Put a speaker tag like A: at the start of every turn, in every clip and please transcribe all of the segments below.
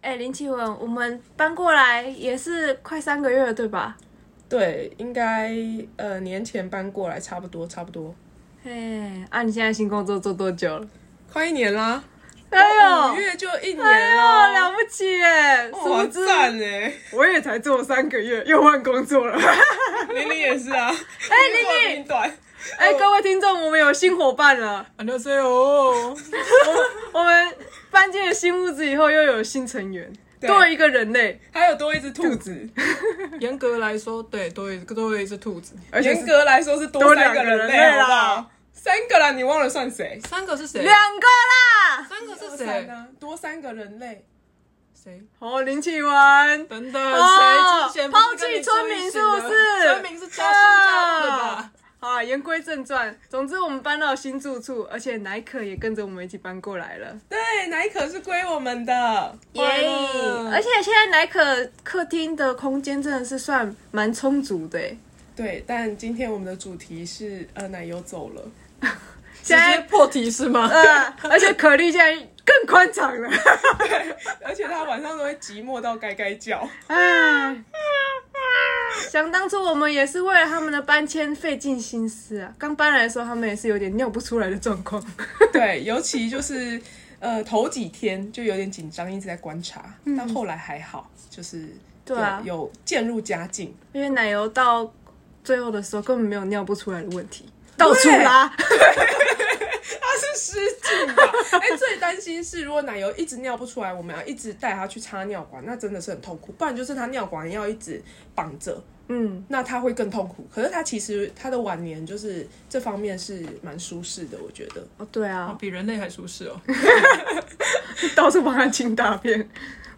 A: 哎、林奇文，我们搬过来也是快三个月了，对吧？
B: 对，应该呃年前搬过来，差不多差不多，
A: 哎，啊，你现在新工作做多久了？
B: 快一年啦，
A: 哎
B: 五
A: 呦，
B: 月就一年
A: 哎呦，
B: 了，
A: 了不起耶！殊
B: 哇
A: 不哦知
B: 赞哎，
A: 我也才做三个月，又换工作了。
B: 玲玲也是 啊，哎
A: 玲玲
B: 短，
A: 哎，各位听众，我们有新伙伴了，
B: 안녕하세요，
A: 哦 我们搬进了新屋子以后，又有新成员，
B: 对
A: 多了一个人类，
B: 还有多一只兔子，
C: 严格来说，对，多一多了一只兔子。
A: 而且
B: 严
A: 是
B: 格来说是多
A: 多
B: 三
A: 两个
B: 人
A: 人类
B: 好不
A: 啦
B: 好？三个啦，你忘了算谁？
C: 三个是谁？
A: 两个啦。
C: 三个是
B: 三
C: 谁？
B: 啊，多三个人类，
C: 谁？
A: 哦，林奇文，
C: 等等，
A: 哦
C: 谁之前不是跟
A: 抛
C: 你
A: 弃村民是
C: 住一起
A: 不
C: 的
A: 是
C: 村民是加薪加入的吧？
A: 好啊，言归正传，总之我们搬到新住处，而且奶可也跟着我们一起搬过来了。
B: 对，奶可是归我们的，
A: 耶
C: 快乐
A: 而且现在奶可客厅的空间真的是算蛮充足的欸耶，
B: 对，但今天我们的主题是呃奶油走了，
A: 现
C: 直接
A: 在
C: 破题是吗？
A: 呃，而且可丽现在更宽敞了。
B: 而且他晚上都会寂寞到该该叫。
A: 哎，想当初我们也是为了他们的搬迁费尽心思啊。刚搬来的时候，他们也是有点尿不出来的状况。
B: 对，尤其就是呃头几天就有点紧张，一直在观察，但后来还好，就是
A: 嗯对啊
B: 有有渐入佳境。
A: 因为奶油到最后的时候根本没有尿不出来的问题，到处拉。
B: 他是失禁吧？哎、最担心是如果奶油一直尿不出来，我们要一直带他去插尿管，那真的是很痛苦。不然就是他尿管要一直绑着，
A: 嗯，
B: 那他会更痛苦。可是他其实他的晚年就是这方面是蛮舒适的，我觉得。
A: 哦对
C: 哦
A: 啊，
C: 比人类还舒适哦。
A: 到处帮他清大便。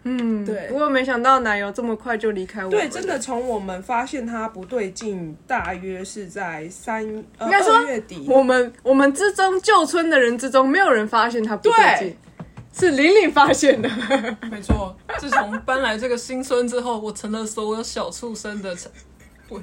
A: 嗯，
B: 对
A: 不过没想到奶油这么快就离开我们了
B: 对，真的从我们发现他不对劲，大约是在三呃
A: 应该说
B: 二月底，
A: 我们我们之中旧村的人之中，没有人发现他不对劲，是玲玲发现的。
C: 没错，自从搬来这个新村之后，我成了所有小畜生的我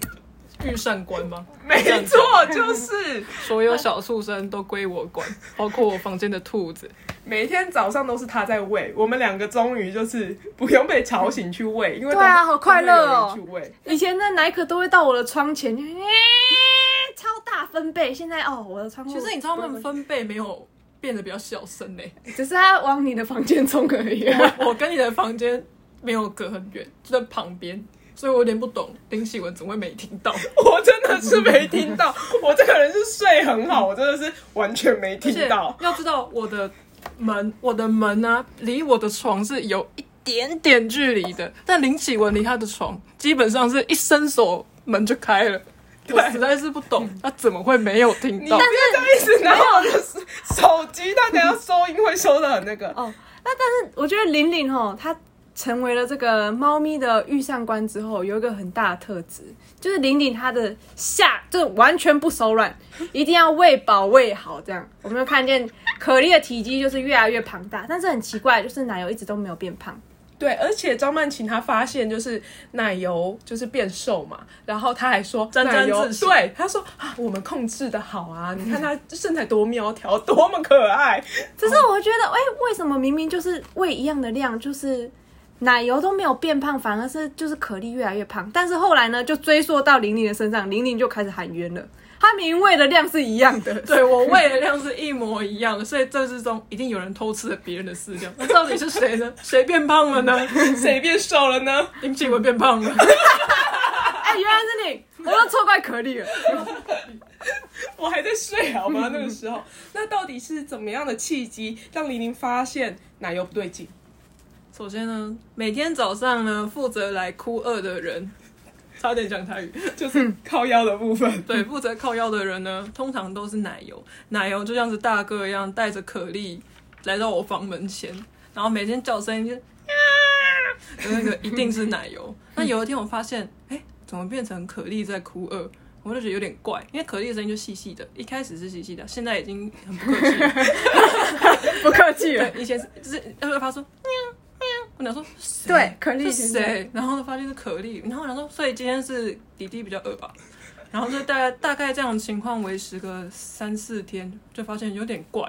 C: 御膳官吗？
B: 没错，就是
C: 所有小畜生都归我管，包括我房间的兔子。
B: 每天早上都是他在喂，我们两个终于就是不用被吵醒去喂，因为都
A: 对啊好快乐哦
B: 都没有人去喂，
A: 以前的奶可都会到我的窗前，就、欸、超大分贝。现在哦，我的窗户
C: 其实你知道他们分贝没有变得比较小声呢、
A: 只是它往你的房间冲而已。
C: 我跟你的房间没有隔很远，就在旁边，所以我有点不懂林启文怎么会没听到，
B: 我真的是没听到，我这个人是睡很好，我真的是完全没
C: 而 且
B: 听到。
C: 要知道我的门，我的门呢、啊，离我的床是有一点点距离的，但林启文离他的床基本上是一伸手门就开了。我实在是不懂，他怎么会没有听
B: 嗯你不
C: 到
B: 要？这样一直拿我的手手机，他等下收音会收的很那个。
A: 哦，那但是我觉得玲玲吼，她成为了这个猫咪的御上官之后，有一个很大的特质，就是玲玲她的下就是完全不手软，一定要喂饱喂好这样。我们就看见可丽的体积就是越来越庞大，但是很奇怪，就是奶油一直都没有变胖。
B: 对，而且张曼琴她发现就是奶油就是变瘦嘛，然后她还说
C: 沾沾
B: 奶油
C: 自喜
B: 对，她说啊我们控制的好啊，你看她身材多苗条，多么可爱。
A: 只是我觉得，哎、为什么明明就是喂一样的量，就是奶油都没有变胖，反而是就是可丽越来越胖？但是后来呢，就追溯到玲玲的身上，玲玲就开始喊冤了。她明明喂的量是一样的，
C: 对我喂的量是一模一样，所以这之中一定有人偷吃了别人的饲料。那到底是谁呢？谁变胖了呢？
B: 谁变瘦了呢？
C: 林启文变胖了。
A: 哎、原来是你，我又错怪可丽了。
B: 我还在睡好吗？那个时候，那到底是怎么样的契机让玲玲发现奶油不对劲？
C: 首先呢，每天早上呢，负责来哭饿的人， 差点讲台语。
B: 就是靠腰的部分。
C: 对，负责靠腰的人呢，通常都是奶油。奶油就像是大哥一样，带着可丽来到我房门前，然后每天叫声音就啊，就那个一定是奶油。那有一天我发现，哎，怎么变成可丽在哭饿？我就觉得有点怪，因为可丽的声音就细细的，一开始是细细的，现在已经很不客气了。
A: 不客气了。
C: 对，以前是就是要会发出喵喵，我想说谁
A: 对可丽
C: 是
A: 先生
C: 谁？然后呢发现是可丽，然后我想说，所以今天是弟弟比较饿吧。然后就大概大概这样的情况维持个三四天，就发现有点怪。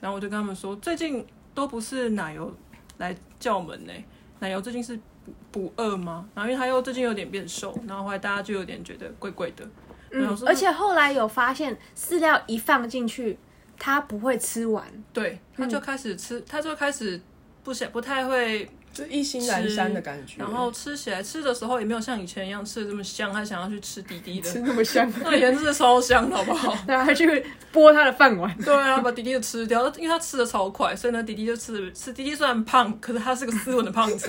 C: 然后我就跟他们说，最近都不是奶油来叫门呢、奶油最近是不不饿吗？然后因为他又最近有点变瘦，然后后来大家就有点觉得怪怪的。然后
A: 嗯
C: 说，
A: 而且后来有发现饲料一放进去，它不会吃完，
C: 对，他就开始吃，他就开始不想不太会，
B: 就一心阑珊的感觉。
C: 然后吃起来吃的时候也没有像以前一样吃的这么香，他想要去吃弟弟
B: 吃
C: 的，
B: 那么香，
C: 那盐是超香的好不好？
A: 对啊，它去剥它的饭碗。
C: 对啊，把弟弟就吃掉，因为他吃的超快，所以呢，弟弟就吃得吃弟弟虽然胖，可是他是个斯文的胖子，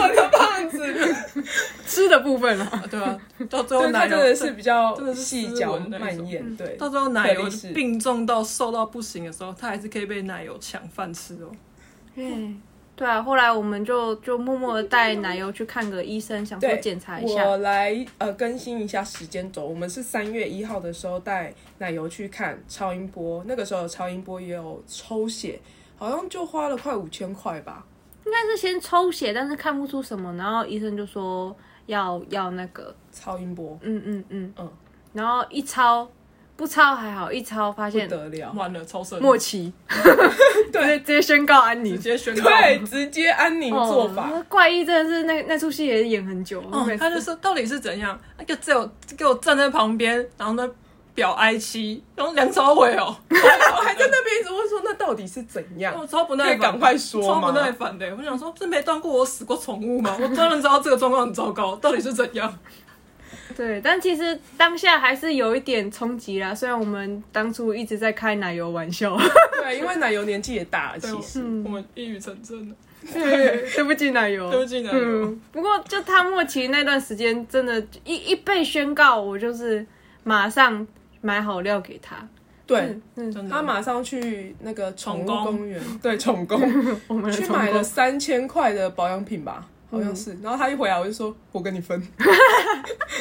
B: 我的胖 子，
A: 吃的部分啊，
C: 对啊，到最后
B: 对他
C: 奶
B: 真的
C: 油
B: 是比较
C: 真的是
B: 细
C: 斯
B: 嚼
C: 文的那
B: 慢
C: 种
B: 咽，对，
C: 到最后
B: 克
C: 奶油嗯
B: 力士
C: 病重到瘦到不行的时候，他还是可以被奶油抢饭吃哦。
A: 对，对啊。后来我们就就默默的带奶油去看个医生，想说
B: 对，
A: 检查一下。
B: 我来呃更新一下时间轴，我们是三月一号的时候带奶油去看超音波，那个时候超音波也有抽血，好像就花了快五千块吧。
A: 应该是先抽血，但是看不出什么，然后医生就说要要那个，
B: 超音波
A: 嗯嗯嗯
B: 嗯，
A: 然后一超不超还好，一超发
B: 不
A: 现
B: 得了，
C: 完了，超神，
A: 末期， 对， 直接宣告安宁
C: 直。接宣告。哦
B: 对，直接安宁做法。
A: 哦、怪医真的是那那出戏也演很久，
C: 哦
A: 每，次
C: 他就说到底是怎样？那个只有给我站在旁边，然后呢表哀妻，然后梁朝伟哦，
B: 我还在那边一直问说，那到底是怎样？
C: 我超不耐烦，
B: 可以赶快说
C: 超
B: 吗
C: 不耐烦的。我想说，这没当过我死过宠物吗？我当然知道这个状况很糟糕，到底是怎样？
A: 对，但其实当下还是有一点冲击啦。虽然我们当初一直在开奶油玩笑，
B: 对，因为奶油年纪也大了， 其实。
A: 嗯
C: 我们一语成谶了，
A: 对对不起奶油，
C: 对不起奶油
A: 嗯，不过就他末期那段时间，真的，一一被宣告，我就是马上买好料给他。
B: 对，
A: 嗯，
C: 真的。
B: 他马上去那个宠物
C: 宠公
B: 公园， 对，宠公
A: 我们的
B: 去
A: 成
B: 买
A: 功
B: 了三千块的保养品吧，好像是。然后他一回来，我就说我跟你 分，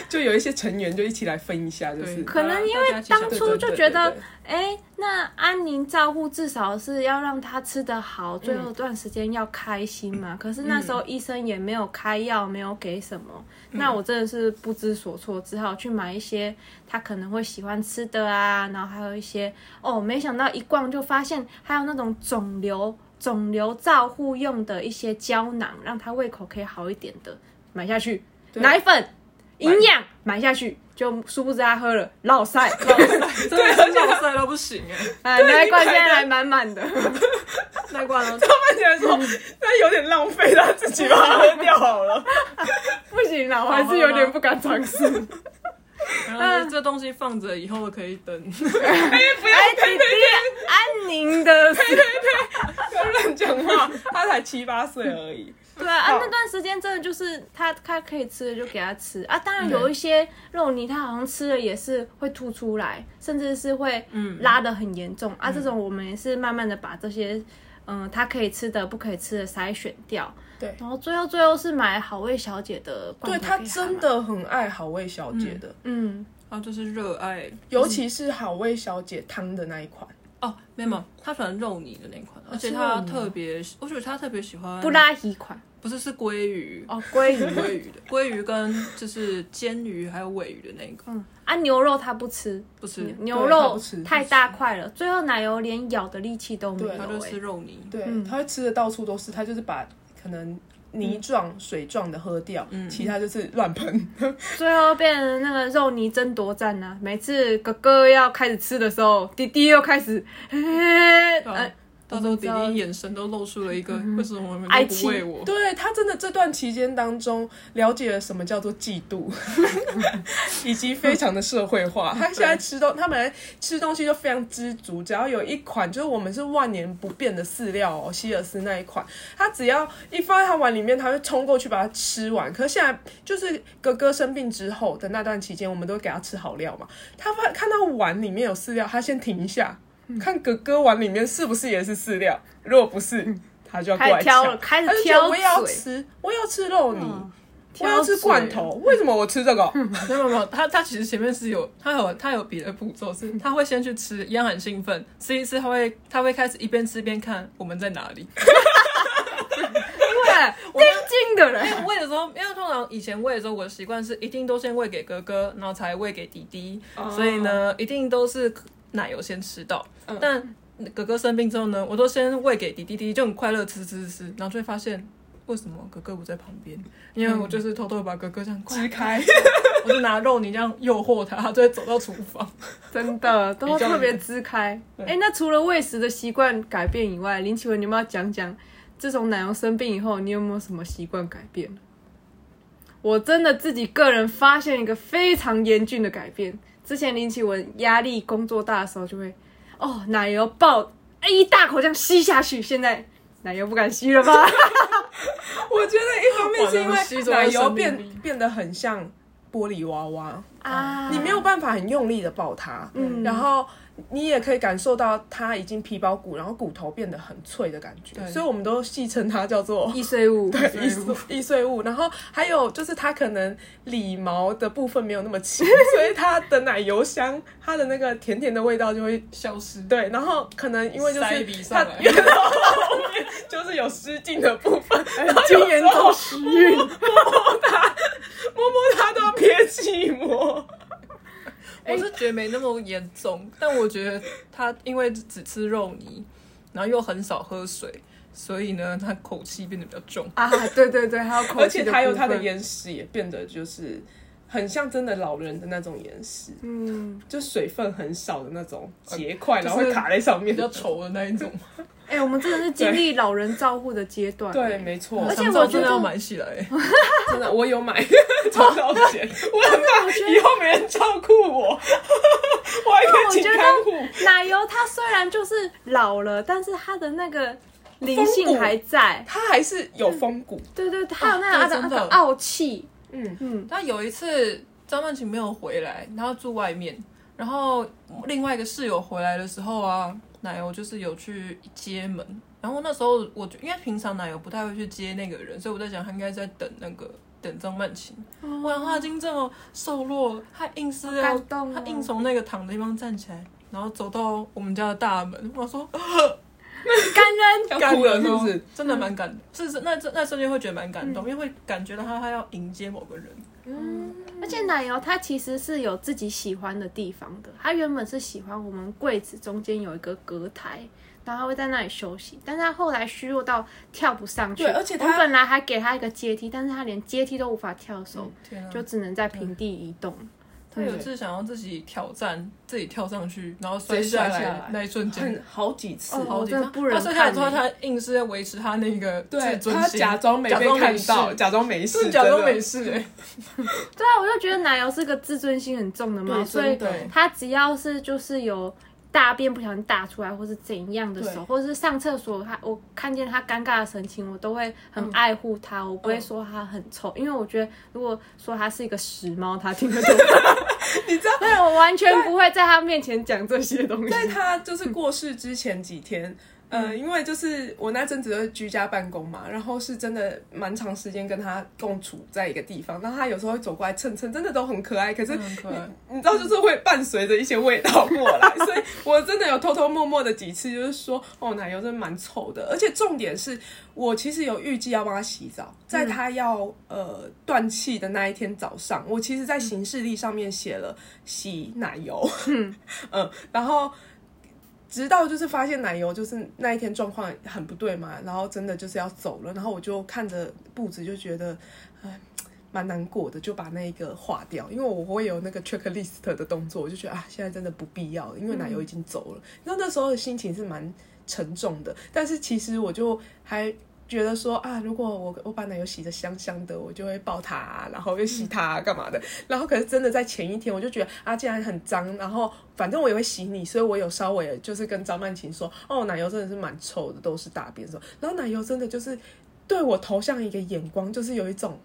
B: 就有一些成员就一起来分一下，就是
C: 对
A: 可能因为当初就觉得，哎、那安宁照护至少是要让他吃得好，最后段时间要开心嘛。可是那时候医生也没有开药，没有给什么，那我真的是不知所措，只好去买一些他可能会喜欢吃的啊，然后还有一些哦，没想到一逛就发现还有那种肿瘤肿瘤照护用的一些胶囊，让他胃口可以好一点的，买下去，奶粉。营养买下去，就殊不知他喝了落塞，
C: 真的是老帅到不行哎，
A: 哎，那一罐现在还满满的，
C: 那 罐了。
B: 他们起来说，那有点浪费，他自己把它喝掉好 了。
A: 不行啦，我还是有点不敢尝试。
C: 然后这东西放着以后可以等，
B: 哎
A: 不要呸哎安宁的死，
B: 不要乱讲话，他才七八岁而已。
A: 对啊，啊那段时间真的就是他他可以吃的就给他吃啊，当然有一些肉泥他好像吃了也是会吐出来，甚至是会拉的很严重、啊，这种我们也是慢慢的把这些。嗯，他可以吃的、不可以吃的筛选掉，
B: 对
A: 然后最后最后是买好味小姐的罐头
B: 对
A: 给
B: 他
A: 他
B: 真
A: 嘛，
B: 的很爱好味小姐的，
A: 嗯，
C: 然后啊就是热爱
B: 尤其是好味小姐汤的那一款。
C: 哦，没有没有，他喜欢肉泥的那一款，而且
B: 嗯啊是肉
C: 他
B: 泥吗
C: 特别，我觉得他特别喜欢
A: 布拉提款
C: 不是是鲑鱼，
A: 哦，鲑鱼，
C: 鲑鱼的鲑鱼跟就是煎鱼还有尾鱼的那个，
A: 嗯， 啊牛肉他不吃，
C: 嗯不是，
A: 牛
B: 对他
A: 肉
B: 不吃
A: 太大块了，最后奶油连咬的力气都没有、
B: 对
C: 他就
A: 欸
C: 吃。肉泥。
B: 对，
A: 嗯
B: 他会吃的到处都是，他就是把可能泥状、水状的喝掉，其他就是乱喷。
A: 最后变成那个肉泥争夺战呢、每次哥哥要开始吃的时候，弟弟又开始，嘿
C: 对
A: 呃
C: 啊，到时候弟弟眼神都露出了一个为什么你们
A: 哀
C: 都不喂
A: 戚
C: 我？
B: 对他真的这段期间当中，了解了什么叫做嫉妒， 以及非常的社会化。他现在吃东，他们吃东西就非常知足，只要有一款就是我们是万年不变的饲料哦，希尔斯那一款，他只要一放在他碗里面，他会冲过去把它吃完。可是现在就是哥哥生病之后的那段期间，我们都给他吃好料嘛，他发看到碗里面有饲料，他先停一下。
A: 嗯
B: 看哥哥碗里面是不是也是饲料，如果不是，他就要过
A: 嗯开
B: 来
A: 始挑
B: 抢
A: 了，开始
B: 他就觉得
A: 挑
B: 我也要
A: 嘴，嗯
B: 吃，我也要吃肉泥，我也
A: 挑
B: 要吃
A: 嘴
B: 罐头，为什么我吃 这个？
C: 没有没有，他他其实前面是有他有他有别的步骤，是他会先去吃，一样很兴奋，吃一吃他会他会开始一边吃一边看我们在哪 里。
A: 对，精进的人。
C: 喂的时候，因为通常以前喂的时候，我的习惯是一定都先喂给哥哥，哦嗯然后才喂给弟弟，所以呢，一定都是奶油先吃到。但哥哥生病之后呢，我都先喂给弟弟，弟弟就很快乐吃吃吃，然后就会发现为什么哥哥不在旁边，因为我就是偷偷把哥哥这样
B: 支
C: 快，
B: 开，
C: 我就拿肉泥这样诱惑他，他就会走到厨房。
A: 真的都
C: 比较
A: 特别支开。
C: 对
A: 哎、那除了喂食的习惯改变以外，林奇文，你有没有讲讲，自从奶油生病以后，你有没有什么习惯改变？我真的自己个人发现一个非常严峻的改变。之前林奇文压力工作大的时候，就会哦奶油爆，哎一大口这样吸下去。现在奶油不敢吸了 吧？
B: 我觉得一方面是
C: 哇那吸
B: 因
C: 走
B: 为奶
C: 了
B: 油
C: 生命
B: 变
C: 力
B: 变得很像玻璃娃娃，
A: 啊，
B: 你没有办法很用力的抱它，
A: 嗯
B: 然后你也可以感受到它已经皮包骨，然后骨头变得很脆的感觉，
C: 对
B: 所以我们都戏称它 叫做。
A: 易碎物，
B: 易碎易碎物，然后还有就是它可能理毛的部分没有那么轻，所以它的奶油香，它的那个甜甜的味道就会
C: 消失，
B: 对，然后可能因为就
C: 塞
B: 是
C: 鼻上
B: 它
C: 来
B: 就是有失禁的部分，然后
A: 今
B: 有
A: 年
B: 时候
A: 都时运，
B: 摸摸它都要憋气膜。
C: 我是觉得没那么严重， 但我觉得他因为只吃肉泥，然后又很少喝水，所以呢，他口气变得比较重。
A: 啊，对对对，还有口
B: 而
A: 气
B: 且
A: 的
B: 还有
A: 部
B: 他的
A: 分，
B: 眼屎也变得就是很像真的老人的那种眼屎，
A: 嗯。
B: 就水分很少的那种结块，
C: 就是
B: 然后会卡在上面
C: 比。较稠的那一 种，
A: 哎、我们真的是经历老人照护的阶段。欸
B: 对，没错
A: 而，且
C: 长照
A: 我觉
C: 真的要
A: 得
C: 买起 来，
B: 真的，我有买长照险，我很怕
A: 觉得
B: 以后没人照顾我，我还可以请看护。
A: 奶油它虽然就是老了，但是它的那个灵性还在。
B: 他还是有风骨，
A: 对对，对还有那
C: 哦
A: 个、啊
C: 对
A: 那
C: 真的
A: 个傲气。
B: 嗯，
A: 嗯，
C: 但有一次张曼琴没有回来，她住外面，然后另外一个室友回来的时候啊，奶油就是有去接门，然后那时候我就因为平常奶油不太会去接那个人，所以我在想她应该在等那个等张曼琴，哇，她已经这么瘦弱，她硬是
A: 好
C: 要
A: 感动哦
C: 她硬从那个躺的地方站起来，然后走到我们家的大门，我想说
A: 感人。
B: 要哭了
C: 感
B: 是
C: 人哦
B: 不是？？
C: 真的蛮感，是是那那瞬间会觉得蛮感动，因为会感觉到她她要迎接某个人。
A: 而且奶油它其实是有自己喜欢的地方的，它原本是喜欢我们柜子中间有一个隔台。然后它会在那里休息，但是它后来虚弱到跳不上去。
B: 对而且
A: 我
B: 它
A: 们本来还给它一个阶梯，但是它连阶梯都无法跳的时候，
C: 天啊！
A: 就只能在平地移动。
C: 他有一次想要自己挑战，自己跳上去，然后摔下
B: 直接摔下来
C: 来那一瞬间，
B: 很好几次，
A: 哦
C: 好紧
A: 我真的
C: 张。
A: 不忍
C: 他摔下来之后，
A: 看
C: 他硬是要维持他那个自
B: 对
C: 尊
B: 他
C: 心，
B: 假装没
C: 假
B: 被
C: 装
B: 看
C: 事
B: 到，假装没
C: 是
B: 事，
C: 假装
B: 真的
C: 没事哎。
A: 对啊，我就觉得奶油是个自尊心很重的猫，
B: 对
A: 所以
B: 真的
A: 它只要是就是有大便不小心大出来，或是怎样的时候，或者是上厕所，它我看见它尴尬的神情，我都会很爱护它，我不会说它很臭，
B: 嗯
A: 因为我觉得如果说它是一个屎猫，它听得懂。
B: 你知道
A: 对，我完全不会在它面前讲这些东西。
B: 在他就是过世之前几天，呃，因为就是我那阵子都居家办公嘛，然后是真的蛮长时间跟他共处在一个地方，然后他有时候会走过来蹭蹭，真的都很可爱，可是
C: 嗯很可爱
B: 你你知道就是会伴随着一些味道过来，所以我真的有偷偷摸摸的几次，就是说哦奶油真的蛮臭的，而且重点是我其实有预计要帮他洗澡，在他要呃断气的那一天早上，我其实在行事历上面写了洗奶油，嗯，然后直到就是发现奶油就是那一天状况很不对嘛，然后真的就是要走了，然后我就看着步子就觉得，哎，蛮难过的，就把那一个划掉，因为我会有那个 checklist 的动作，我就觉得啊，现在真的不必要了，因为奶油已经走了。那、那时候的心情是蛮沉重的，但是其实我就还。觉得说啊，如果我我把奶油洗的香香的，我就会抱它、然后又洗它、干嘛的。然后可是真的在前一天，我就觉得啊，既然很脏，然后反正我也会洗你，所以我有稍微就是跟张曼琴说，哦，奶油真的是蛮臭的，都是大便什么。然后奶油真的就是对我投向一个眼光，就是有一种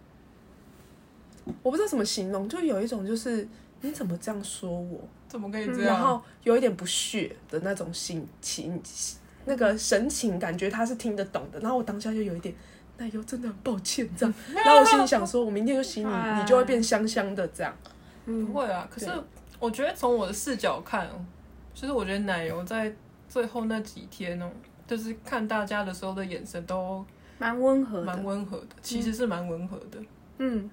B: 我不知道怎么形容，就有一种就是你怎么这样说我，
C: 怎么可以这
B: 然
C: 样？
B: 后有一点不屑的那种心情，那个神情，感觉他是听得懂的。然后我当下就有一点。奶油真的很抱歉，这样。 然后我心里想说，我明天就 洗你，
A: 啊
B: 你就会变香香的这样。
C: 不会啊，可是
B: 对
C: 我觉得从我的视角看，就是我觉得奶油在最后那几天哦，就是看大家的时候的眼神都
A: 蛮温和的
C: 蛮，温和的，其实是蛮温和的，
A: 嗯。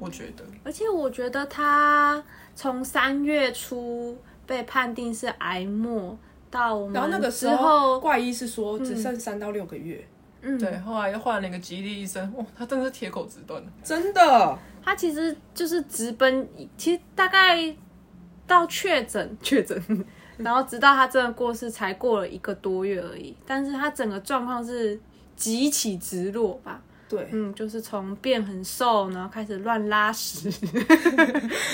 C: 我觉得。
A: 而且我觉得他从三月初被判定是癌末到我们
B: 然后那个时
A: 之
B: 候，
A: 后，
B: 怪医是说只剩三到六个月，
A: 嗯，
C: 对，后来又换了一个吉利医生，哇，他真的是铁口直断
B: 真的
A: 他其实就是直奔，其实大概到确诊确诊， 然后直到他真的过世才过了一个多月而已。但是他整个状况是极起直落吧，
B: 对。
A: 嗯，就是从变很瘦，然后开始乱拉屎，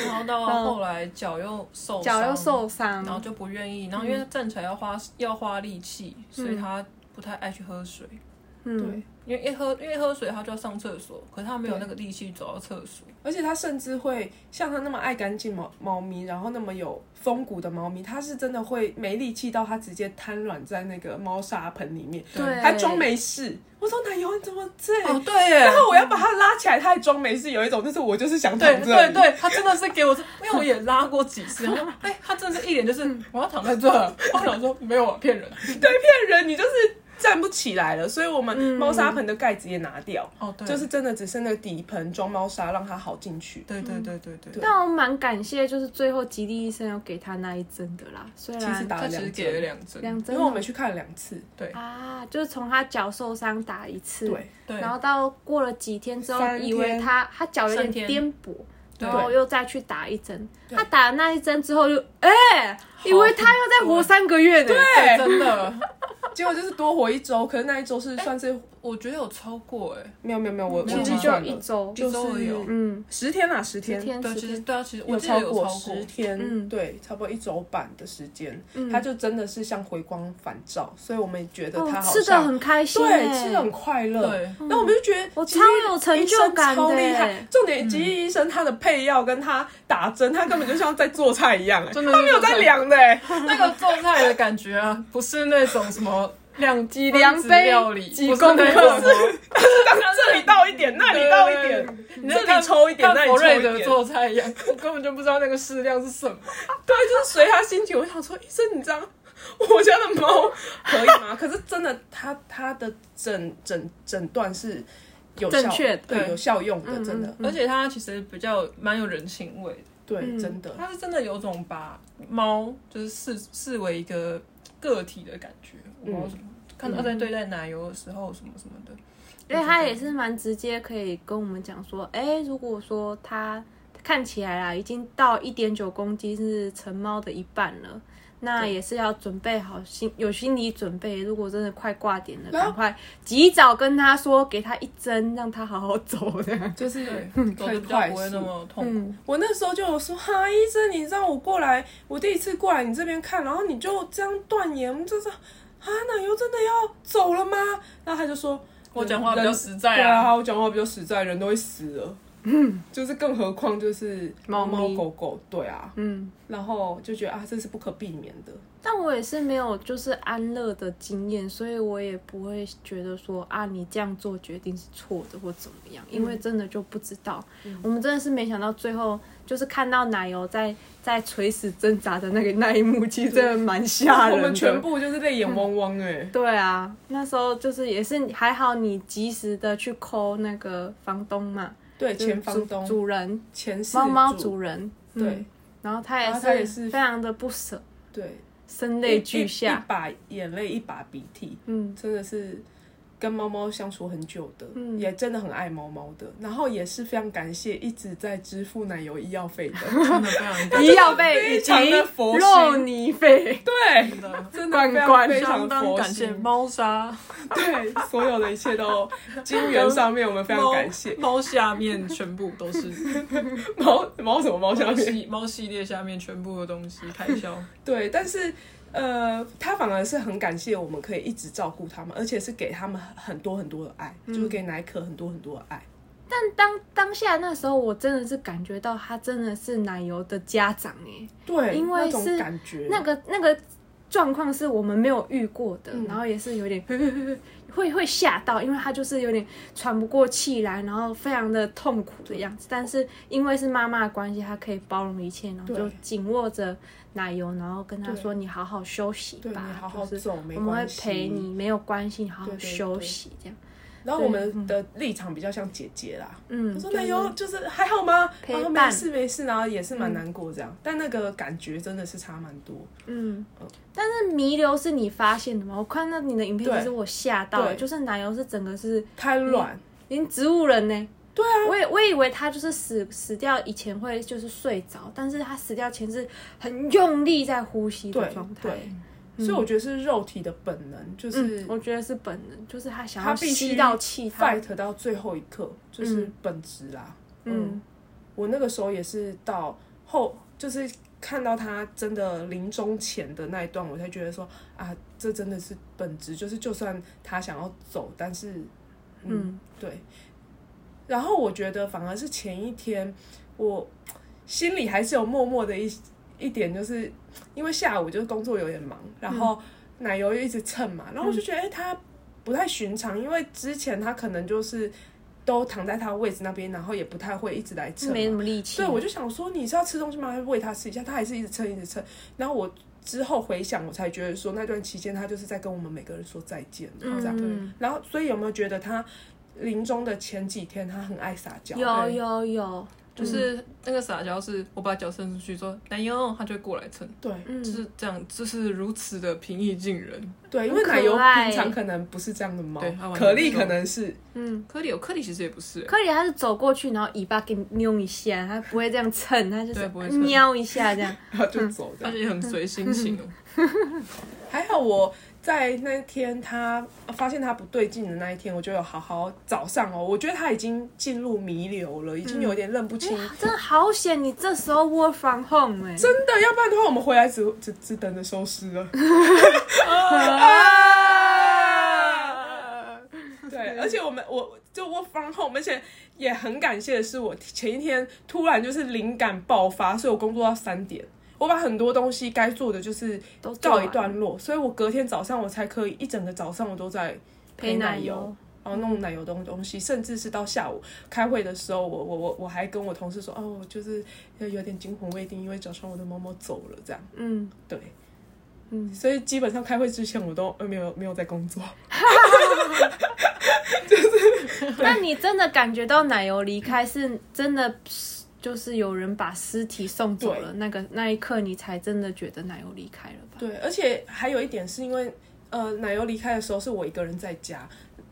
C: 然后到后来脚又受伤
A: 嗯脚又，受嗯伤，
C: 然后就不愿意，然后因为站起来要花要花力气，所以他不太爱去喝水，
A: 嗯，
B: 对，
C: 因为一喝因为喝水他就要上厕所，可是他没有那个力气走到厕所。
B: 而且它甚至会像它那么爱干净猫猫咪，然后那么有风骨的猫咪，它是真的会没力气到它直接瘫软在那个猫砂盆里面，
A: 对，
B: 还装没事。我说奶油你怎么这？
C: 哦，对耶
B: 然，后我要把它拉起来，它还装没事，有一种就是我就是想躺
C: 对
B: 这
C: 对
B: 里。
C: 对，他真的是给我，因为我也拉过几次，然后哎，他真的是一脸就是我要躺在这， 我想说没有啊，骗人。
B: 骗人，你就是站不起来了。所以我们猫砂盆的盖子也拿掉，
C: 哦，嗯对，
B: 就是真的只剩那个底盆装猫砂，让它好进去。
C: 对对对对嗯对，
A: 但我蛮感谢，就是最后吉利医生有给他那一针的啦，虽
B: 其实
A: 然
B: 打
C: 他
B: 了
C: 其实
B: 两
C: 给了
B: 针，
C: 两针，
A: 两
B: 因
A: 针
B: 为我们去看了两次，
C: 对
A: 啊，就是从他脚受伤打一次，
B: 对，
C: 对，
A: 然后到过了几天之后，
B: 三天
A: 以为他他脚有
C: 三
A: 点
C: 天
A: 颠簸，
C: 对
A: 然后又再去打一针。他打了那一针之后就，哎、以为他要再活三个月呢。对，
C: 对真 的，
B: 结果就是多活一周，可是那一周是算是
C: 我觉得有超过哎，
B: 没有没有没有，我我
C: 其实
A: 其
B: 计
A: 实就
B: 算
A: 一
B: 了，
A: 周，
B: 就
C: 一周而已哦
B: 是
A: 嗯，
B: 十天啦，十
A: 十
B: 天。
A: 天
C: 对，
A: 时
C: 其实
A: 间，
C: 对啊，其实我
B: 有
C: 记得
B: 超
C: 有超
B: 过
C: 过
B: 十天，
A: 嗯
B: 对，差不多一周半的时间，
A: 嗯
B: 它就真的是像回光返照，所以我们也觉得它
A: 哦，
B: 好
A: 吃的
B: 像
A: 很开心欸，
B: 对，吃的很快乐。
C: 对，
B: 那我们就觉得
A: 我
B: 吉
A: 超
B: 利
A: 有成
B: 医
A: 就
B: 生
A: 感
B: 超
A: 的
B: 厉害
A: 欸。
B: 重点，吉利医生他的配药跟他打针，他根本就像在做菜一样，哎，
C: 真的是
B: 他没有在量的，哎，
C: 那个做菜的感觉啊， 不是那种什么量几
A: 量杯
C: 料理，
A: 几
C: 不是
A: 公
C: 那
A: 克
C: 种
B: 这里倒一点，那里倒一点，
C: 你
B: 这里抽一点，那
C: 跟
B: 里
C: 佛
B: 抽
C: 瑞
B: 一
C: 德
B: 点，
C: 做菜一样，我根本就不知道那个适量是什么。
B: 对，就是随他心情。我想说，医生，你这样，我家的猫可以吗？可是真的，它它的诊诊诊断是有效
A: 正确的
B: 对，有效用的，
A: 嗯
B: 真的
A: 嗯，嗯
C: 而且它其实比较蛮有人情味的，
B: 对，
A: 嗯
B: 真的，
C: 它是真的有种把猫就是视视为一个个体的感觉。我
B: 嗯
C: 不知道什么，看到在对待奶油的时候什么什么 的，
A: 因为他也是蛮直接，可以跟我们讲说，哎、如果说他看起来啊啦，已经到一点九公斤是成猫的一半了。那也是要准备好心，有心理准备。如果真的快挂点了，
B: 然后
A: 赶快及早跟他说，给他一针，让他好好走这样。
B: 就是
C: 对，走的比较
B: 嗯快
C: 不会那
B: 速
C: 么痛苦。
A: 嗯，
B: 我那时候就有说，哈，医生，你让我过来，我第一次过来你这边看，然后你就这样断言，就是啊，奶油真的要走了吗？然后他就说，
C: 我讲话比较
B: 人
C: 实在
B: 对
C: 啊。
B: 啊，我讲话比较实在，人都会死了，嗯，就是更何况就是猫
A: 猫咪
B: 猫狗狗，对啊，
A: 嗯，
B: 然后就觉得啊，这是不可避免的，
A: 但我也是没有就是安乐的经验，所以我也不会觉得说啊，你这样做决定是错的或怎么样，因为真的就不知道。
B: 嗯
A: 我们真的是没想到最后就是看到奶油在在垂死挣扎的那个那一幕，其实真的蛮吓人的。
B: 我们全部就是泪眼汪汪哎、
A: 对啊，那时候就是也是还好你及时的去抠那个房东嘛，
B: 对，前房
A: 主
B: 东、
A: 主人
B: 前世
A: 嗯猫猫
B: 主，
A: 主人，嗯
B: 对，
A: 然后他
B: 然后他也
A: 也
B: 是
A: 是非常的不舍，
B: 对，
A: 声泪
B: 一
A: 俱
B: 一
A: 下
B: 一。把眼泪一把鼻涕，
A: 嗯，
B: 真的是跟猫猫相处很久的，
A: 嗯
B: 也真的很爱猫猫的，然后也是非常感谢一直在支付奶油医药费 的，
C: 真的 非常
A: 医药费以及
B: 非常的佛心
A: 肉泥费，
B: 对，
C: 真的
B: 真
A: 罐
B: 的
A: 罐
B: 非常
C: 相
B: 非常
C: 当
B: 佛
C: 感谢
B: 心，
C: 猫砂，
B: 对，所有的一切都金源上面我们非常
C: 猫
B: 感谢
C: 猫下面全部 都是
B: 猫猫什么猫下
C: 猫
B: 面，
C: 系猫系列下面全部的东西开销，
B: 对，但是。呃，他反而是很感谢我们可以一直照顾他们，而且是给他们很多很多的爱，
A: 嗯
B: 就是给奶可很多很多的爱。
A: 但当当下那时候，我真的是感觉到他真的是奶油的家长哎、
B: 对，
A: 因为
B: 那种
A: 是
B: 感觉，
A: 那个那个状况是我们没有遇过的，
B: 嗯
A: 然后也是有点 会会吓到，因为他就是有点喘不过气来，然后非常的痛苦的样子。但是因为是妈妈的关系，他可以包容一切，然后
B: 对
A: 就紧握着奶油，然后跟他说：“你好好休息
B: 对你
A: 吧，
B: 好好
A: 就是
B: 走，没
A: 我们
B: 关
A: 会
B: 系。
A: 陪你，没有关系，你好
B: 对
A: 好
B: 对对
A: 休息这样。
B: 然后我们的立场比较像姐姐啦，
A: 嗯
B: 我，说奶油就是还好吗？
A: 陪
B: 然
A: 伴
B: 后没事没事，然后也是蛮难过这样，但那个感觉真的是差蛮多。
A: 嗯，但是弥留是你发现的吗？我看到你的影片，
B: 对
A: 其实我吓到了，
B: 对
A: 就是奶油是整个是
B: 太软，
A: 已经植物人呢。对啊，我也我以为他就是死死掉以前会就是睡着，但是他死掉前是很用力在呼吸的
B: 对
A: 状态。
B: 对，所以我觉得是肉体的本能，就是
A: 嗯，我觉得是本能，就是他想
B: 他
A: 要
B: 必须
A: 吸到气，他
B: fight 到最后一刻，就是本质啦。
A: 嗯
B: 嗯，我那个时候也是到后，就是看到他真的临终前的那一段，我才觉得说啊，这真的是本质，就是就算他想要走，但是嗯
A: 嗯
B: 对。然后我觉得反而是前一天，我心里还是有默默的一一点，就是因为下午就是工作有点忙，然后奶油又一直蹭嘛，然后我就觉得哎、他不太寻常，因为之前他可能就是都躺在他位置那边，然后也不太会一直来
A: 是
B: 蹭嘛，
A: 没什么力气。
B: 对，我就想说你是要吃东西吗？喂他吃一下，他还是一直蹭一直蹭。然后我之后回想，我才觉得说那段期间他就是在跟我们每个人说再见，
A: 嗯
B: 这样。然后所以有没有觉得他临终的前几天他很爱撒娇？嗯
A: 有
C: 对
A: 有有，
C: 就是那个撒娇是我把脚伸出去说奶油，他就会过来蹭，
B: 对
A: 嗯，
C: 就是这样，就是如此的平易近人。
B: 对，因
A: 很
B: 为
A: 可
B: 奶油
A: 爱
B: 平常可能不是这样的猫
C: 对它，完全
B: 可丽
C: 不是
B: 可能是
A: 嗯，
C: 科里有科里其实也不是、欸，
A: 科里他是走过去，然后尾巴给你扭一下，他不会这样蹭，他就是
C: 对不会蹭
A: 瞄一下这样。
B: 他就走这
C: 他
B: 样。
C: 也很随心情哦、
B: 还好我在那天他呃发现他不对劲的那一天，我就有好好早上哦，我觉得他已经进入弥留了，已经有点认不清。
A: 真的好险！你这时候 work from home 哎、
B: 真的，要不然的话，我们回来只只只等着收尸了。
A: 啊
B: 对，而且我们我就 work from home，而且也很感谢的是，我前一天突然就是灵感爆发，所以我工作到三点，我把很多东西该做的就是
A: 都做
B: 告
A: 完
B: 一段落，所以我隔天早上我才可以一整个早上我都在
A: 陪奶
B: 奶
A: 油，
B: 然后弄奶油东东西，甚至是到下午开会的时候，我我我我还跟我同事说，哦，我就是有点惊魂未定，因为早上我的猫猫走了这样。
A: 嗯，
B: 对，
A: 嗯
B: 所以基本上开会之前我都呃没有没有在工作，
A: 那你真的感觉到奶油离开是真的，就是有人把尸体送走了，那个那一刻你才真的觉得奶油离开了吧？
B: 对，而且还有一点是因为呃奶油离开的时候是我一个人在家。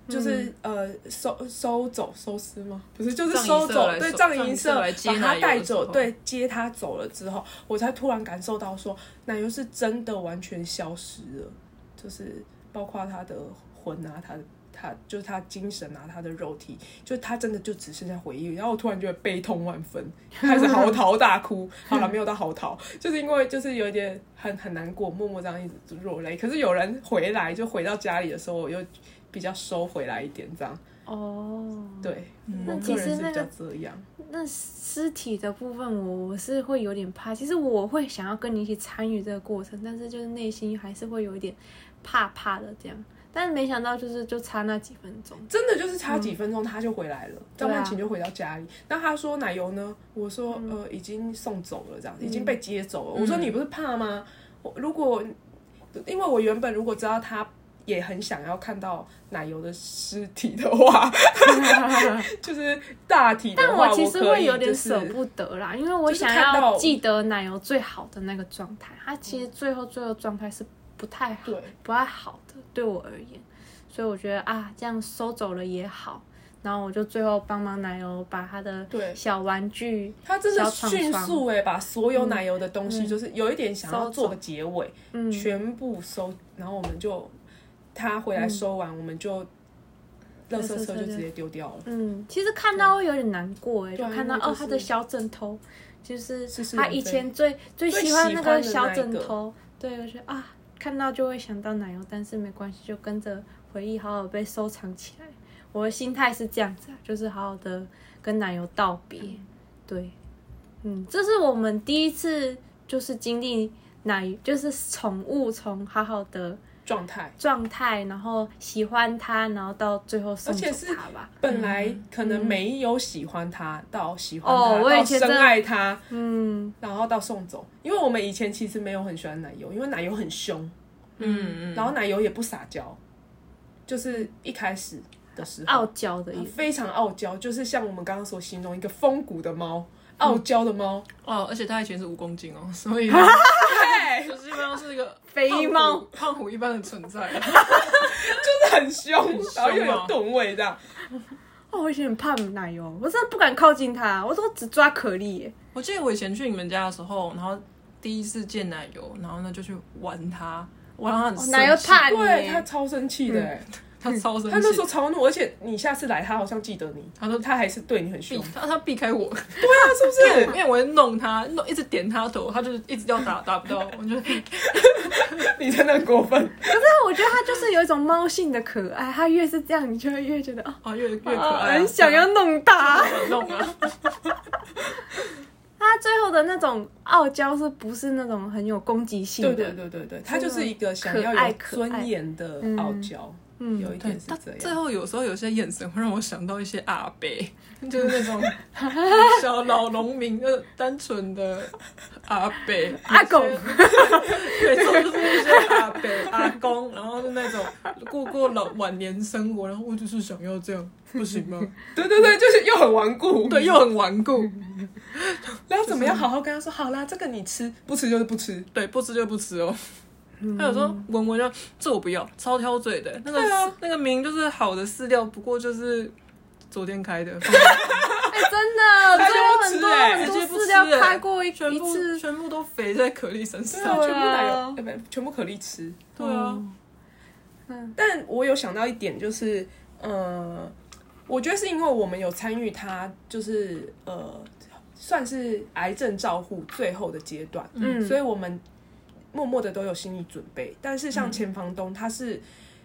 B: 就是、呃收收走收尸吗？不是，就是
C: 嗯葬仪
B: 收
C: 社
B: 走
C: 来
B: 对
C: 收
B: 葬
C: 葬
B: 仪
C: 仪
B: 社
C: 社来
B: 把
C: 接
B: 他
C: 奶油
B: 带
C: 的时
B: 走，
C: 候
B: 对，接他走了之后，我才突然感受到说奶油是真的完全消失了，就是包括他的魂啊，他的他就是他精神啊，他的肉体，就他真的就只剩下回忆。然后我突然觉得悲痛万分，开始嚎啕大哭。好了，没有到嚎啕，就是因为就是有一点很很难过，默默这样一直落泪。可是有人回来，就回到家里的时候，我又比较收回来一点，这样
A: 哦，
B: 对。
A: 那
B: 我
A: 其
B: 个
A: 实
B: 人是
A: 那
B: 比较
A: 个
B: 这样，
A: 那尸体的部分我我是会有点怕，其实我会想要跟你一起参与这个过程，但是就是内心还是会有一点怕怕的这样。但是没想到就是就差那几分钟，
B: 真的就是差几分钟他就回来了，
A: 对
B: 张
A: 啊
B: 曼琴就回到家里。那他说奶油呢？我说
A: 嗯
B: 呃已经送走了，这样已经被接走了。我说你不是怕吗？我如果因为我原本如果知道他也很想要看到奶油的尸体的 话，就是大体的
A: 但
B: 话，
A: 我其实
B: 可
A: 会
B: 以
A: 有点
B: 就是
A: 舍不得啦，因为我想
B: 就是看
A: 要
B: 到
A: 记得奶油最好的那个状态。它其实最后最后状态是不太好，
B: 对
A: 不太好的，对我而言。所以我觉得啊，这样收走了也好。然后我就最后帮忙奶油把他的
B: 对
A: 小玩具，
B: 他真的
A: 小厂
B: 迅
A: 商嗯
B: 速哎、把所有奶油的东西，就是有一点想
A: 收
B: 要做
A: 走
B: 个结尾，
A: 嗯
B: 全部收，然后我们就他回来收完，我们就垃圾
A: 圾车
B: 车就
A: 就
B: 直接丢掉了。
A: 嗯，其实看到会有点难过哎，就
B: 对啊
A: 看到、
B: 因为就
A: 哦
B: 是
A: 他的小枕头，就是
B: 是是
A: 他
B: 人
A: 以
B: 非
A: 前最最
B: 最
A: 喜欢
B: 喜
A: 那
B: 欢
A: 个
B: 的
A: 小
B: 那一
A: 枕
B: 个
A: 头，对，我觉得啊，看到就会想到奶油，但是没关系，就跟着回忆好好被收藏起来。我的心态是这样子啊，就是好好的跟奶油道别，对，嗯，这是我们第一次就是经历奶，就是宠物从好好的
B: 状态。
A: 状态，然后喜欢它，然后到最后送
B: 而
A: 走
B: 且是
A: 它吧。
B: 本来可能没有喜欢他，到喜欢
A: 哦
B: 他，
A: 我以
B: 到
A: 前
B: 深
A: 真的
B: 爱他，
A: 嗯，
B: 然后到送走。因为我们以前其实没有很喜欢奶油，因为奶油很凶，
C: 嗯嗯，
B: 然后奶油也不撒娇，就是一开始的时候，
A: 傲娇的意思。
B: 非常傲娇，就是像我们刚刚所形容一个风骨的猫，傲娇的猫，
C: 哦，而且它以前是五公斤哦，所以 就基本上是一个
A: 肥猫
C: 胖虎胖虎一般的存在。
B: 就是很凶，
C: 凶
B: 然后又有
C: 啊
B: 吨位这样。
A: 哦，我以前很怕奶油，我真的不敢靠近它，我都只抓可丽耶。
C: 我记得我以前去你们家的时候，然后第一次见奶油，然后呢就去玩它，玩它很生气、
A: 奶油
C: 哎
A: 怕你
B: 对
A: 耶，
B: 他超生气的、欸，
C: 它超生气，
B: 他那时候超怒，而且你下次来，他好像记得你，
C: 他说
B: 他还是对你很
C: 避
B: 凶，
C: 它它避开我，
B: 他是不是
C: 因？为我会弄它，弄一直点它头，它就是一直要打打不到，我就
B: 你真的很过分，
A: 但我觉得它就是有一种猫性的可爱，它越是这样，你就会越觉得哦，
C: 啊越越可爱、啊，
A: 很想要弄它。
C: 弄啊，
A: 它最后的那种傲娇是不是那种很有攻击性
B: 对
A: 的？
B: 对对对对，他就是一个想要
A: 可爱
B: 有
A: 可爱
B: 尊严的傲娇，
A: 嗯
B: 有一点
C: 对
B: 是，
C: 他
B: 这
C: 最
B: 样。
C: 后有时候有些眼神会让我想到一些阿 伯，就是那种小老农民，就是单纯的阿伯、
A: 阿狗
C: 有些， 对，就是一些阿伯、阿公，然后是那种过过老晚年生活，然后我就是想要这样，不行 吗？
B: 对对对，就是又很顽固，
C: 对，又很顽固，
B: 然后怎么样好好跟他说，好啦，这个你吃，不吃就是不吃。
C: 对，不吃就不吃哦。他有时候闻闻就这我不要，超挑嘴的。那个、
B: 对啊
C: 那个名就是好的饲料，不过就是昨天开的，
A: 哎、真的，
B: 它
A: 最后
B: 就
A: 很
B: 吃
A: 多
B: 欸
A: 很多
C: 直接不
A: 饲
C: 吃
A: 料
C: 欸
A: 开过一
C: 全
A: 一
C: 部
A: 次，
C: 全部都肥在可丽身
B: 对啊，
C: 上。
A: 对啊
B: 全部奶油，呃不、全部可丽吃。
C: 对啊，
A: 嗯，
B: 但我有想到一点，就是呃，我觉得是因为我们有参与他，就是呃，算是癌症照护最后的阶段，
A: 嗯
B: 所以我们默默的都有心理准备。但是像前房东，他是。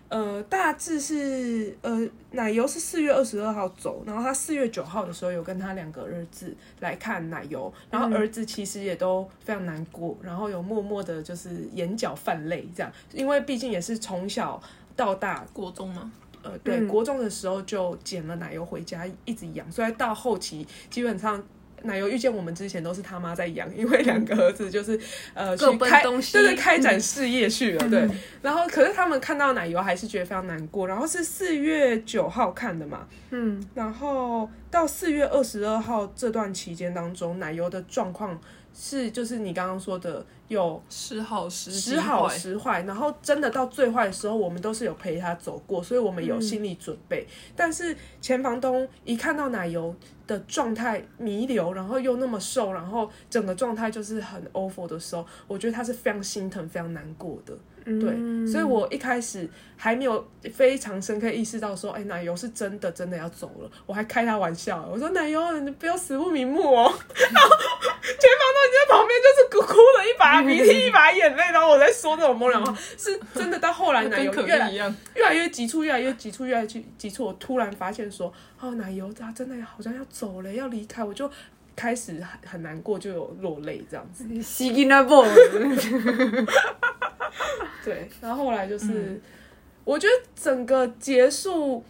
B: 呃，大致是呃，奶油是四月二十二号走，然后他四月九号的时候有跟他两个儿子来看奶油，然后儿子其实也都非常难过，然后有默默的就是眼角泛泪这样，因为毕竟也是从小到大，
C: 国中嘛，
B: 呃，对，
A: 嗯
B: 国中的时候就捡了奶油回家一直养，所以到后期基本上。奶油遇见我们之前都是他妈在养，因为两个儿子就是 呃
A: 各
B: 去
A: 奔
B: 开，
A: 东西嗯
B: 对对，开展事业去了，对。然后可是他们看到奶油还是觉得非常难过，然后是四月九号看的嘛，
A: 嗯，
B: 然后到四月二十二号这段期间当中，奶油的状况是就是你刚刚说的有
C: 时好时
B: 时好时坏，然后真的到最坏的时候，我们都是有陪他走过，所以我们有心理准备。但是前房东一看到奶油的状态弥留，然后又那么瘦，然后整个状态就是很 awful 的时候，我觉得他是非常心疼、非常难过的。
A: 嗯
B: 对，所以
C: 嗯
B: 我一开始还没有非常深刻意识到说，哎、奶油是真的真的要走了，我还开他玩笑，我说奶油你不要死不瞑目哦。 然后全房东就在旁边就是哭哭了一把鼻涕一把眼泪，然后我在说那种模两话，是真的到后来奶
C: 跟
B: 油
C: 可
B: 越来
C: 丽一样，
B: 越来越急促，越来越急促，越来越急促。我突然发现说，哦，奶油他真的好像要走了，要离开，我就开始很很难过，就有落泪这样子。
A: 吸金那波，
B: 对，然后后来就是，我觉得整个结束，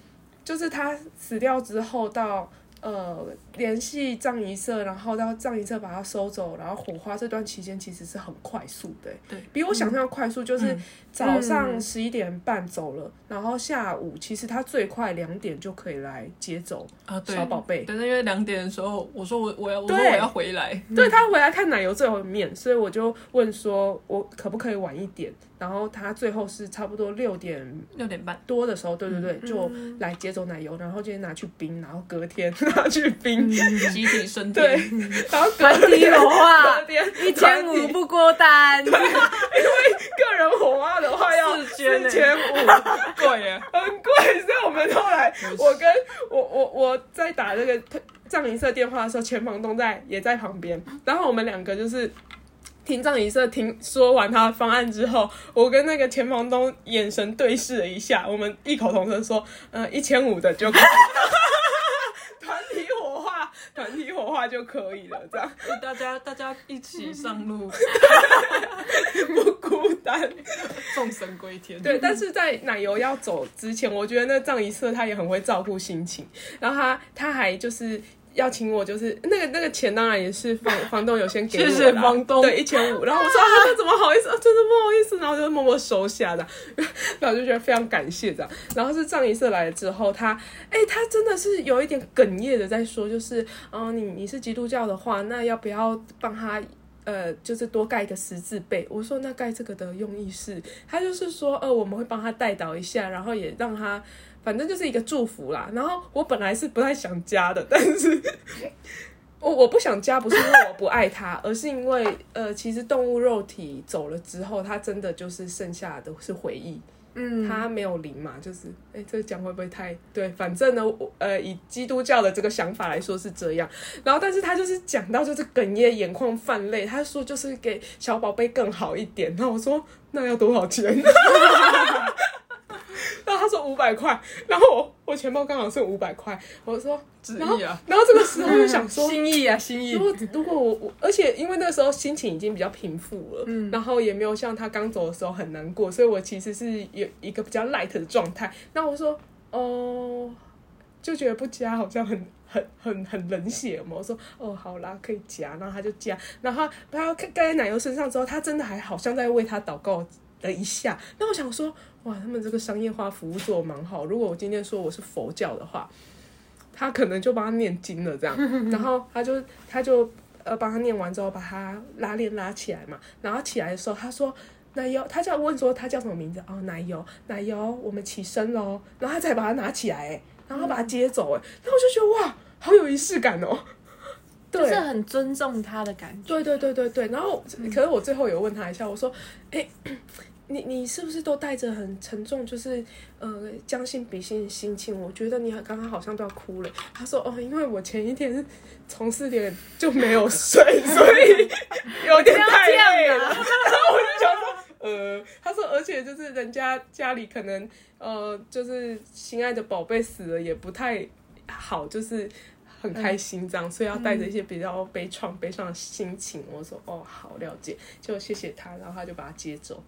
B: 就是他死掉之后到。呃，联系葬仪社，然后到葬仪社把它收走，然后火化这段期间其实是很快速的、
C: 对，
B: 比我想象的快速，就是
C: 嗯
B: 早上
A: 嗯
B: 十一点半走了，然后下午其实他最快两点就可以来接走
C: 啊，对
B: 小。宝贝，
C: 但是因为两点的时候，我说我我要我说
B: 对
C: 我要回来，
B: 对他回来看奶油最后一面，所以我就问说，我可不可以晚一点？然后他最后是差不多六点
C: 六点半，
B: 多的时候，对对
C: 嗯
B: 对，就来接走奶油，然后就拿去冰，然后隔天拿去冰，
C: 集体升
B: 对
C: 天，，
B: 然后隔
A: 团体
B: 天
C: 哦
A: 火化
B: 隔，天
A: 一千
B: 团
A: 五
B: 体
A: 不过单，
B: 个人火花的话要
C: 四千
B: 啊四
C: 欸
B: 千五，
C: 对耶，
B: 很贵，所以我们后来
C: 是
B: 我跟我我我在打这个藏银社电话的时候，前房东在也在旁边，然后我们两个就是。听藏银社听说完他的方案之后，我跟那个前房东眼神对视了一下，我们异口同声说：“嗯、呃，一千五的就可以 了，团体火化，团体火化就可以了，这样
C: 就大家大家一起上 路，
B: 不孤单。”
C: 众神归天。
B: 对，但是在奶油要走之前，我觉得那藏一社他也很会照顾心情，然后他他还就是。要请我，就是那个那个钱当然也是房房东有先给我的啦，
C: 谢谢房东
B: 对一千五，然后我 说啊，那怎么好意思、啊，真的不好意思，然后就默默收下的， 然后就觉得非常感谢这样。然后是藏一色来了之后，他哎、他真的是有一点哽咽的在说，就是嗯、你你是基督教的话，那要不要帮他？呃，就是多盖一个十字背。我说那盖这个的用意是，他就是说，呃，我们会帮他带导一下，然后也让他，反正就是一个祝福啦。然后我本来是不太想加的，但是我我不想加，不是因为我不爱他，而是因为呃，其实动物肉体走了之后，它真的就是剩下的是回忆。
A: 嗯，
B: 他没有灵嘛，就是哎、这个讲会不会太对？反正呢，我呃，以基督教的这个想法来说是这样。然后，但是他就是讲到就是哽咽，眼眶泛泪。他说就是给小宝贝更好一点。然后我说那要多少钱？ 然后他说五百块。然后我我钱包刚好剩五百块。我说，
C: 旨
B: 然后
C: 意啊，
B: 然后这个时候就想说，
A: 心意啊，心意
B: 如。果如果我我，而且因为那时候心情已经比较平复了，然后也没有像他刚走的时候很难过，所以我其实是有一个比较 light 的状态。那我说，哦，就觉得不加好像很很很很冷血嘛。我说，哦，好啦，可以加，然后他就加，然后他他盖在奶油身上之后，他真的还好像在为他祷告了一下。那我想说，哇，他们这个商业化服务做得蛮好。如果我今天说我是佛教的话，他可能就帮他念经了这样，然后他就他就呃帮他念完之后，把他拉链拉起来嘛，然后起来的时候他说。奶油，他叫问说他叫什么名字？哦，奶油，奶油，我们起身喽，然后他才把它拿起来、欸然后把它接走、欸，哎，然后我就觉得哇，好有仪式感哦、对，
A: 就是很尊重他的感觉。嗯
B: 对对对对对，然后可是我最后有问他一下，我说，哎、 你你是不是都带着很沉重，就是呃将信比心的心情？我觉得你刚刚好像都要哭了。他说，哦，因为我前一天从四点就没有睡，所以有点太 累了。然后我就想说。呃，他说，而且就是人家家里可能，呃，就是心爱的宝贝死了也不太好，就是很开心这样，所以要带着一些比较悲怆、悲伤的心情。我说哦，好了解，就谢谢他，然后他就把他接走。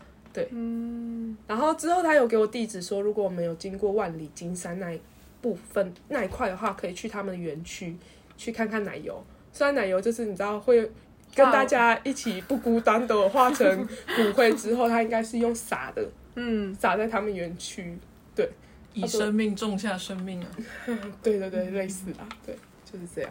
A: 嗯，
B: 然后之后他有给我地址说，如果我们有经过万里金山那一部分那一块的话，可以去他们的园区去看看奶油。虽然奶油就是你知道会。跟大家一起不孤单的化成骨灰之后，他应该是用撒的，
A: 嗯，
B: 撒在他们园区。
C: 以生命种下生命啊，
B: 嗯对对对，类似啦，对，就是这样。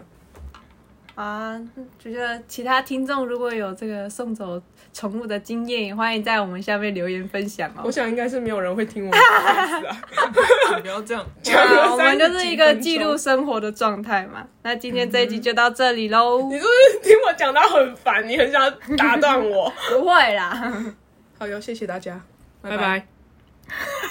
A: 啊，就觉得其他听众如果有这个送走宠物的经验，也欢迎在我们下面留言分享哦
B: 我。想应该是没有人会听我的意思啊。
C: 你不要这样。
B: 讲了
A: 啊我们就
B: 30
A: 是
B: 几
A: 一个
B: 分
A: 记
B: 钟
A: 录生活的状态嘛。那今天这一集就到这里喽
B: 你，是不是听我讲到很烦？你很想要 打断我？
A: 不会啦。
B: 好哟，谢谢大家，
C: 拜拜